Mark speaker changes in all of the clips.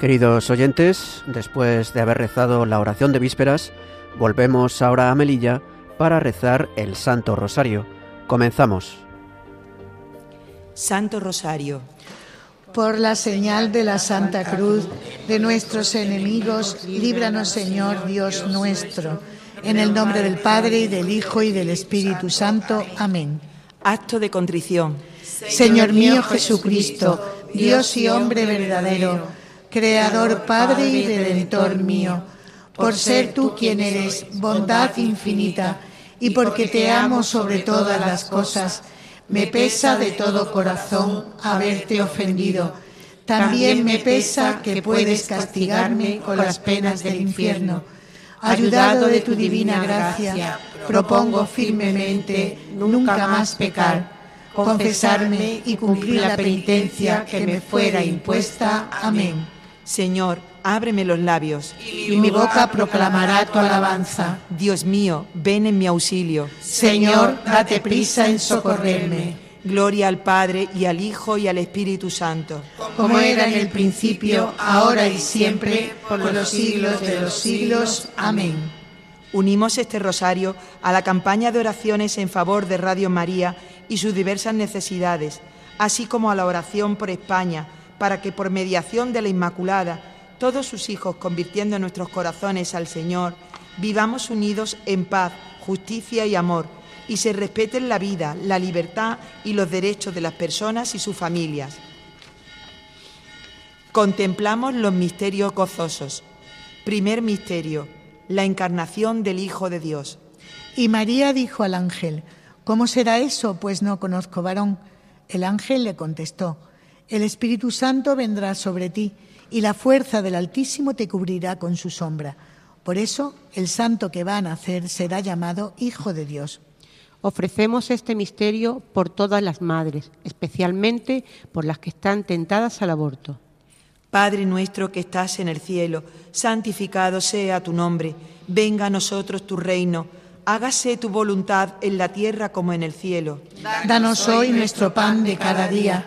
Speaker 1: Queridos oyentes, después de haber rezado la oración de vísperas, volvemos ahora a Melilla para rezar el Santo Rosario. Comenzamos.
Speaker 2: Santo Rosario.
Speaker 3: Por la señal de la Santa Cruz de nuestros enemigos, líbranos Señor Dios nuestro. En el nombre del Padre y del Hijo y del Espíritu Santo. Amén.
Speaker 2: Acto de contrición.
Speaker 3: Señor mío Jesucristo, Dios y hombre verdadero, Creador, Padre y Redentor mío, por ser tú quien eres, bondad infinita, y porque te amo sobre todas las cosas, me pesa de todo corazón haberte ofendido. También me pesa que puedes castigarme con las penas del infierno. Ayudado de tu divina gracia, propongo firmemente nunca más pecar, confesarme y cumplir la penitencia que me fuera impuesta. Amén.
Speaker 2: Señor, ábreme los labios.
Speaker 3: Y mi boca proclamará tu alabanza.
Speaker 2: Dios mío, ven en mi auxilio.
Speaker 3: Señor, date prisa en socorrerme.
Speaker 2: Gloria al Padre y al Hijo y al Espíritu Santo.
Speaker 3: Como era en el principio, ahora y siempre, por los siglos de los siglos. Amén.
Speaker 2: Unimos este rosario a la campaña de oraciones en favor de Radio María y sus diversas necesidades, así como a la oración por España, para que por mediación de la Inmaculada, todos sus hijos convirtiendo nuestros corazones al Señor, vivamos unidos en paz, justicia y amor, y se respeten la vida, la libertad y los derechos de las personas y sus familias. Contemplamos los misterios gozosos. Primer misterio, la encarnación del Hijo de Dios.
Speaker 3: Y María dijo al ángel, ¿Cómo será eso? Pues no conozco varón. El ángel le contestó, el Espíritu Santo vendrá sobre ti y la fuerza del Altísimo te cubrirá con su sombra. Por eso el santo que va a nacer será llamado Hijo de Dios.
Speaker 4: Ofrecemos este misterio por todas las madres, especialmente por las que están tentadas al aborto.
Speaker 2: Padre nuestro que estás en el cielo, santificado sea tu nombre, venga a nosotros tu reino, hágase tu voluntad en la tierra como en el cielo.
Speaker 3: Danos hoy nuestro pan de cada día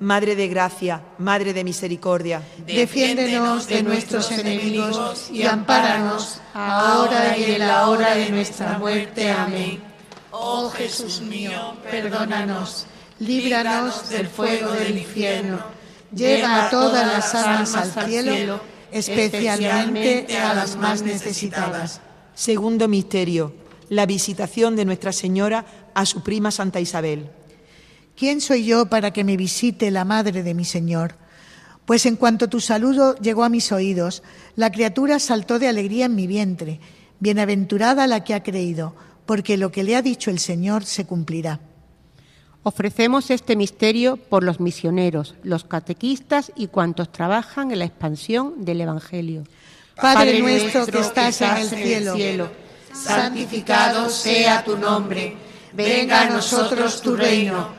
Speaker 2: Madre de gracia, Madre de misericordia,
Speaker 5: defiéndenos de nuestros enemigos y ampáranos ahora y en la hora de nuestra muerte. Amén. Oh Jesús mío, perdónanos, líbranos del fuego del infierno, lleva a todas las almas al cielo, especialmente a las más necesitadas.
Speaker 2: Segundo misterio, la visitación de Nuestra Señora a su prima Santa Isabel.
Speaker 5: ¿Quién soy yo para que me visite la madre de mi Señor? Pues en cuanto tu saludo llegó a mis oídos, la criatura saltó de alegría en mi vientre. Bienaventurada la que ha creído, porque lo que le ha dicho el Señor se cumplirá.
Speaker 4: Ofrecemos este misterio por los misioneros, los catequistas y cuantos trabajan en la expansión del Evangelio.
Speaker 5: Padre, Padre nuestro que estás, que estás en el cielo, cielo santificado sea tu nombre, venga a nosotros tu reino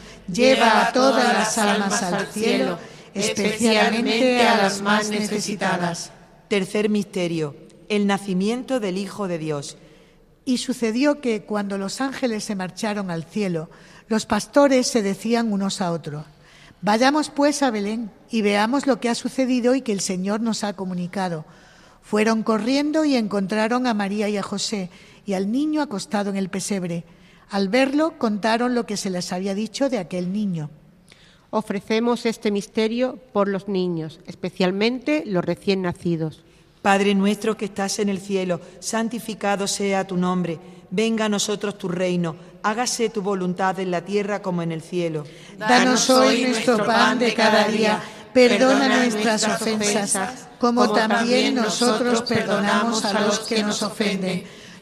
Speaker 5: lleva a todas las almas al cielo, especialmente a las más necesitadas.
Speaker 2: Tercer misterio, el nacimiento del Hijo de Dios.
Speaker 3: Y sucedió que cuando los ángeles se marcharon al cielo, los pastores se decían unos a otros, Vayamos pues a Belén y veamos lo que ha sucedido y que el Señor nos ha comunicado. Fueron corriendo y encontraron a María y a José y al niño acostado en el pesebre. Al verlo contaron lo que se les había dicho de aquel niño.
Speaker 4: Ofrecemos este misterio por los niños, especialmente los recién nacidos.
Speaker 2: Padre nuestro que estás en el cielo, santificado sea tu nombre, venga a nosotros tu reino, hágase tu voluntad en la tierra como en el cielo.
Speaker 5: Danos hoy nuestro pan de cada día, perdona nuestras ofensas, como también nosotros perdonamos a los que nos ofenden.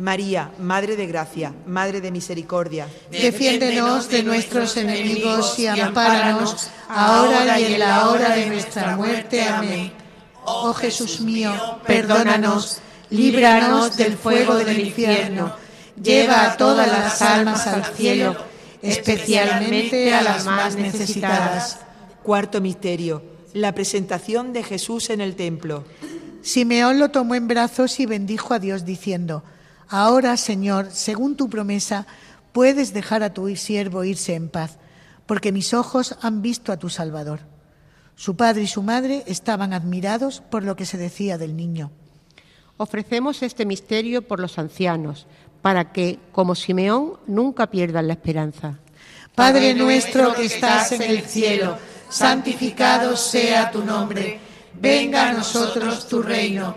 Speaker 2: María, Madre de Gracia, Madre de Misericordia.
Speaker 5: Defiéndenos de nuestros enemigos y ampáranos ahora y en la hora de nuestra muerte. Amén. Oh Jesús mío, perdónanos, líbranos del fuego del infierno, lleva a todas las almas al cielo, especialmente a las más necesitadas.
Speaker 2: Cuarto misterio, la presentación de Jesús en el templo.
Speaker 3: Simeón lo tomó en brazos y bendijo a Dios diciendo, Ahora, Señor, según tu promesa, puedes dejar a tu siervo irse en paz, porque mis ojos han visto a tu Salvador. Su padre y su madre estaban admirados por lo que se decía del niño.
Speaker 4: Ofrecemos este misterio por los ancianos, para que, como Simeón, nunca pierdan la esperanza.
Speaker 5: Padre nuestro que estás en el cielo, santificado sea tu nombre. Venga a nosotros tu reino.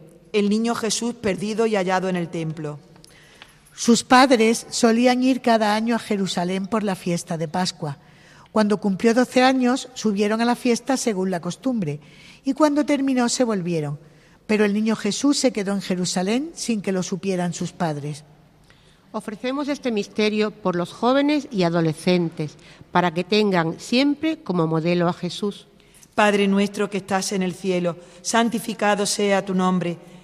Speaker 2: El niño Jesús perdido y hallado en el templo.
Speaker 3: Sus padres solían ir cada año a Jerusalén por la fiesta de Pascua. Cuando cumplió 12 años, subieron a la fiesta según la costumbre, y cuando terminó se volvieron. Pero el niño Jesús se quedó en Jerusalén sin que lo supieran sus padres.
Speaker 4: Ofrecemos este misterio por los jóvenes y adolescentes, para que tengan siempre como modelo a Jesús.
Speaker 2: Padre nuestro que estás en el cielo, santificado sea tu nombre,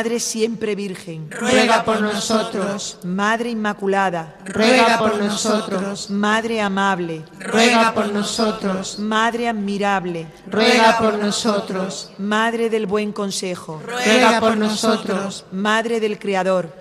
Speaker 2: Madre siempre Virgen,
Speaker 5: ruega por nosotros.
Speaker 2: Madre Inmaculada,
Speaker 5: ruega por nosotros.
Speaker 2: Madre amable,
Speaker 5: ruega por nosotros.
Speaker 2: Madre admirable,
Speaker 5: ruega por nosotros.
Speaker 2: Madre del buen consejo,
Speaker 5: ruega por nosotros.
Speaker 2: Madre del Creador,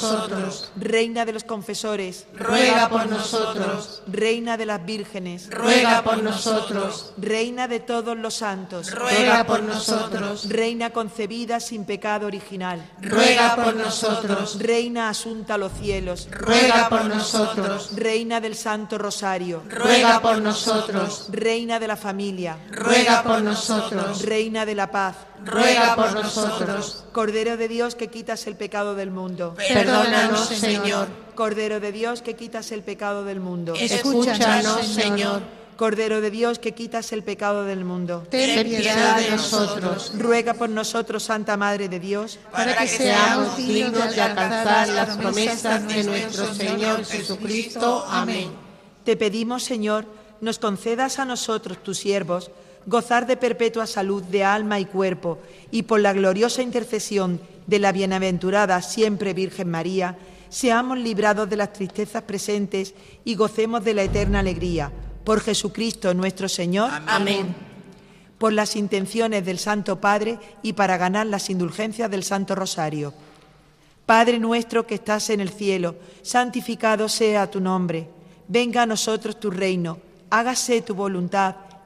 Speaker 2: reina de los confesores,
Speaker 5: ruega por nosotros,
Speaker 2: reina de las vírgenes,
Speaker 5: ruega por nosotros,
Speaker 2: reina de todos los santos,
Speaker 5: ruega por nosotros,
Speaker 2: reina concebida sin pecado original,
Speaker 5: ruega por nosotros,
Speaker 2: reina asunta a los cielos,
Speaker 5: ruega por nosotros,
Speaker 2: reina del Santo Rosario,
Speaker 5: ruega por nosotros,
Speaker 2: reina de la familia,
Speaker 5: ruega por nosotros,
Speaker 2: reina de la paz,
Speaker 5: ruega por nosotros,
Speaker 2: Cordero de Dios que quitas el pecado del mundo,
Speaker 5: perdónanos Señor,
Speaker 2: Cordero de Dios que quitas el pecado del mundo,
Speaker 5: escúchanos Señor,
Speaker 2: Cordero de Dios que quitas el pecado del mundo.
Speaker 5: ten piedad de nosotros,
Speaker 2: Ruega por nosotros, Santa Madre de Dios,
Speaker 5: para que seamos dignos de alcanzar las promesas de nuestro Señor Jesucristo. Amén.
Speaker 2: te pedimos, Señor, nos concedas a nosotros, tus siervos, gozar de perpetua salud de alma y cuerpo, y por la gloriosa intercesión de la bienaventurada siempre Virgen María, seamos librados de las tristezas presentes y gocemos de la eterna alegría. Por Jesucristo nuestro Señor.
Speaker 5: Amén.
Speaker 2: por las intenciones del Santo Padre y para ganar las indulgencias del Santo Rosario. Padre nuestro que estás en el cielo, santificado sea tu nombre. Venga a nosotros tu reino, hágase tu voluntad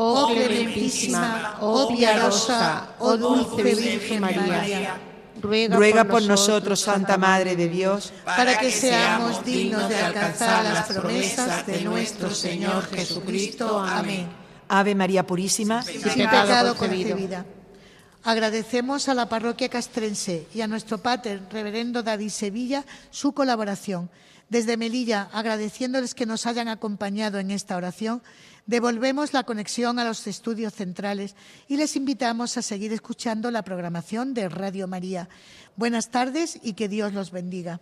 Speaker 5: Oh clementísima, oh piadosa, oh dulce Virgen María,
Speaker 2: Ruega por nosotros, Santa Madre de Dios,
Speaker 5: para que seamos dignos de alcanzar las promesas de nuestro Señor Jesucristo. Amén.
Speaker 2: Ave María Purísima,
Speaker 3: sin pecado concebida. Agradecemos a la parroquia castrense y a nuestro pater, reverendo David Sevilla, su colaboración. Desde Melilla, agradeciéndoles que nos hayan acompañado en esta oración, devolvemos la conexión a los estudios centrales y les invitamos a seguir escuchando la programación de Radio María. Buenas tardes y que Dios los bendiga.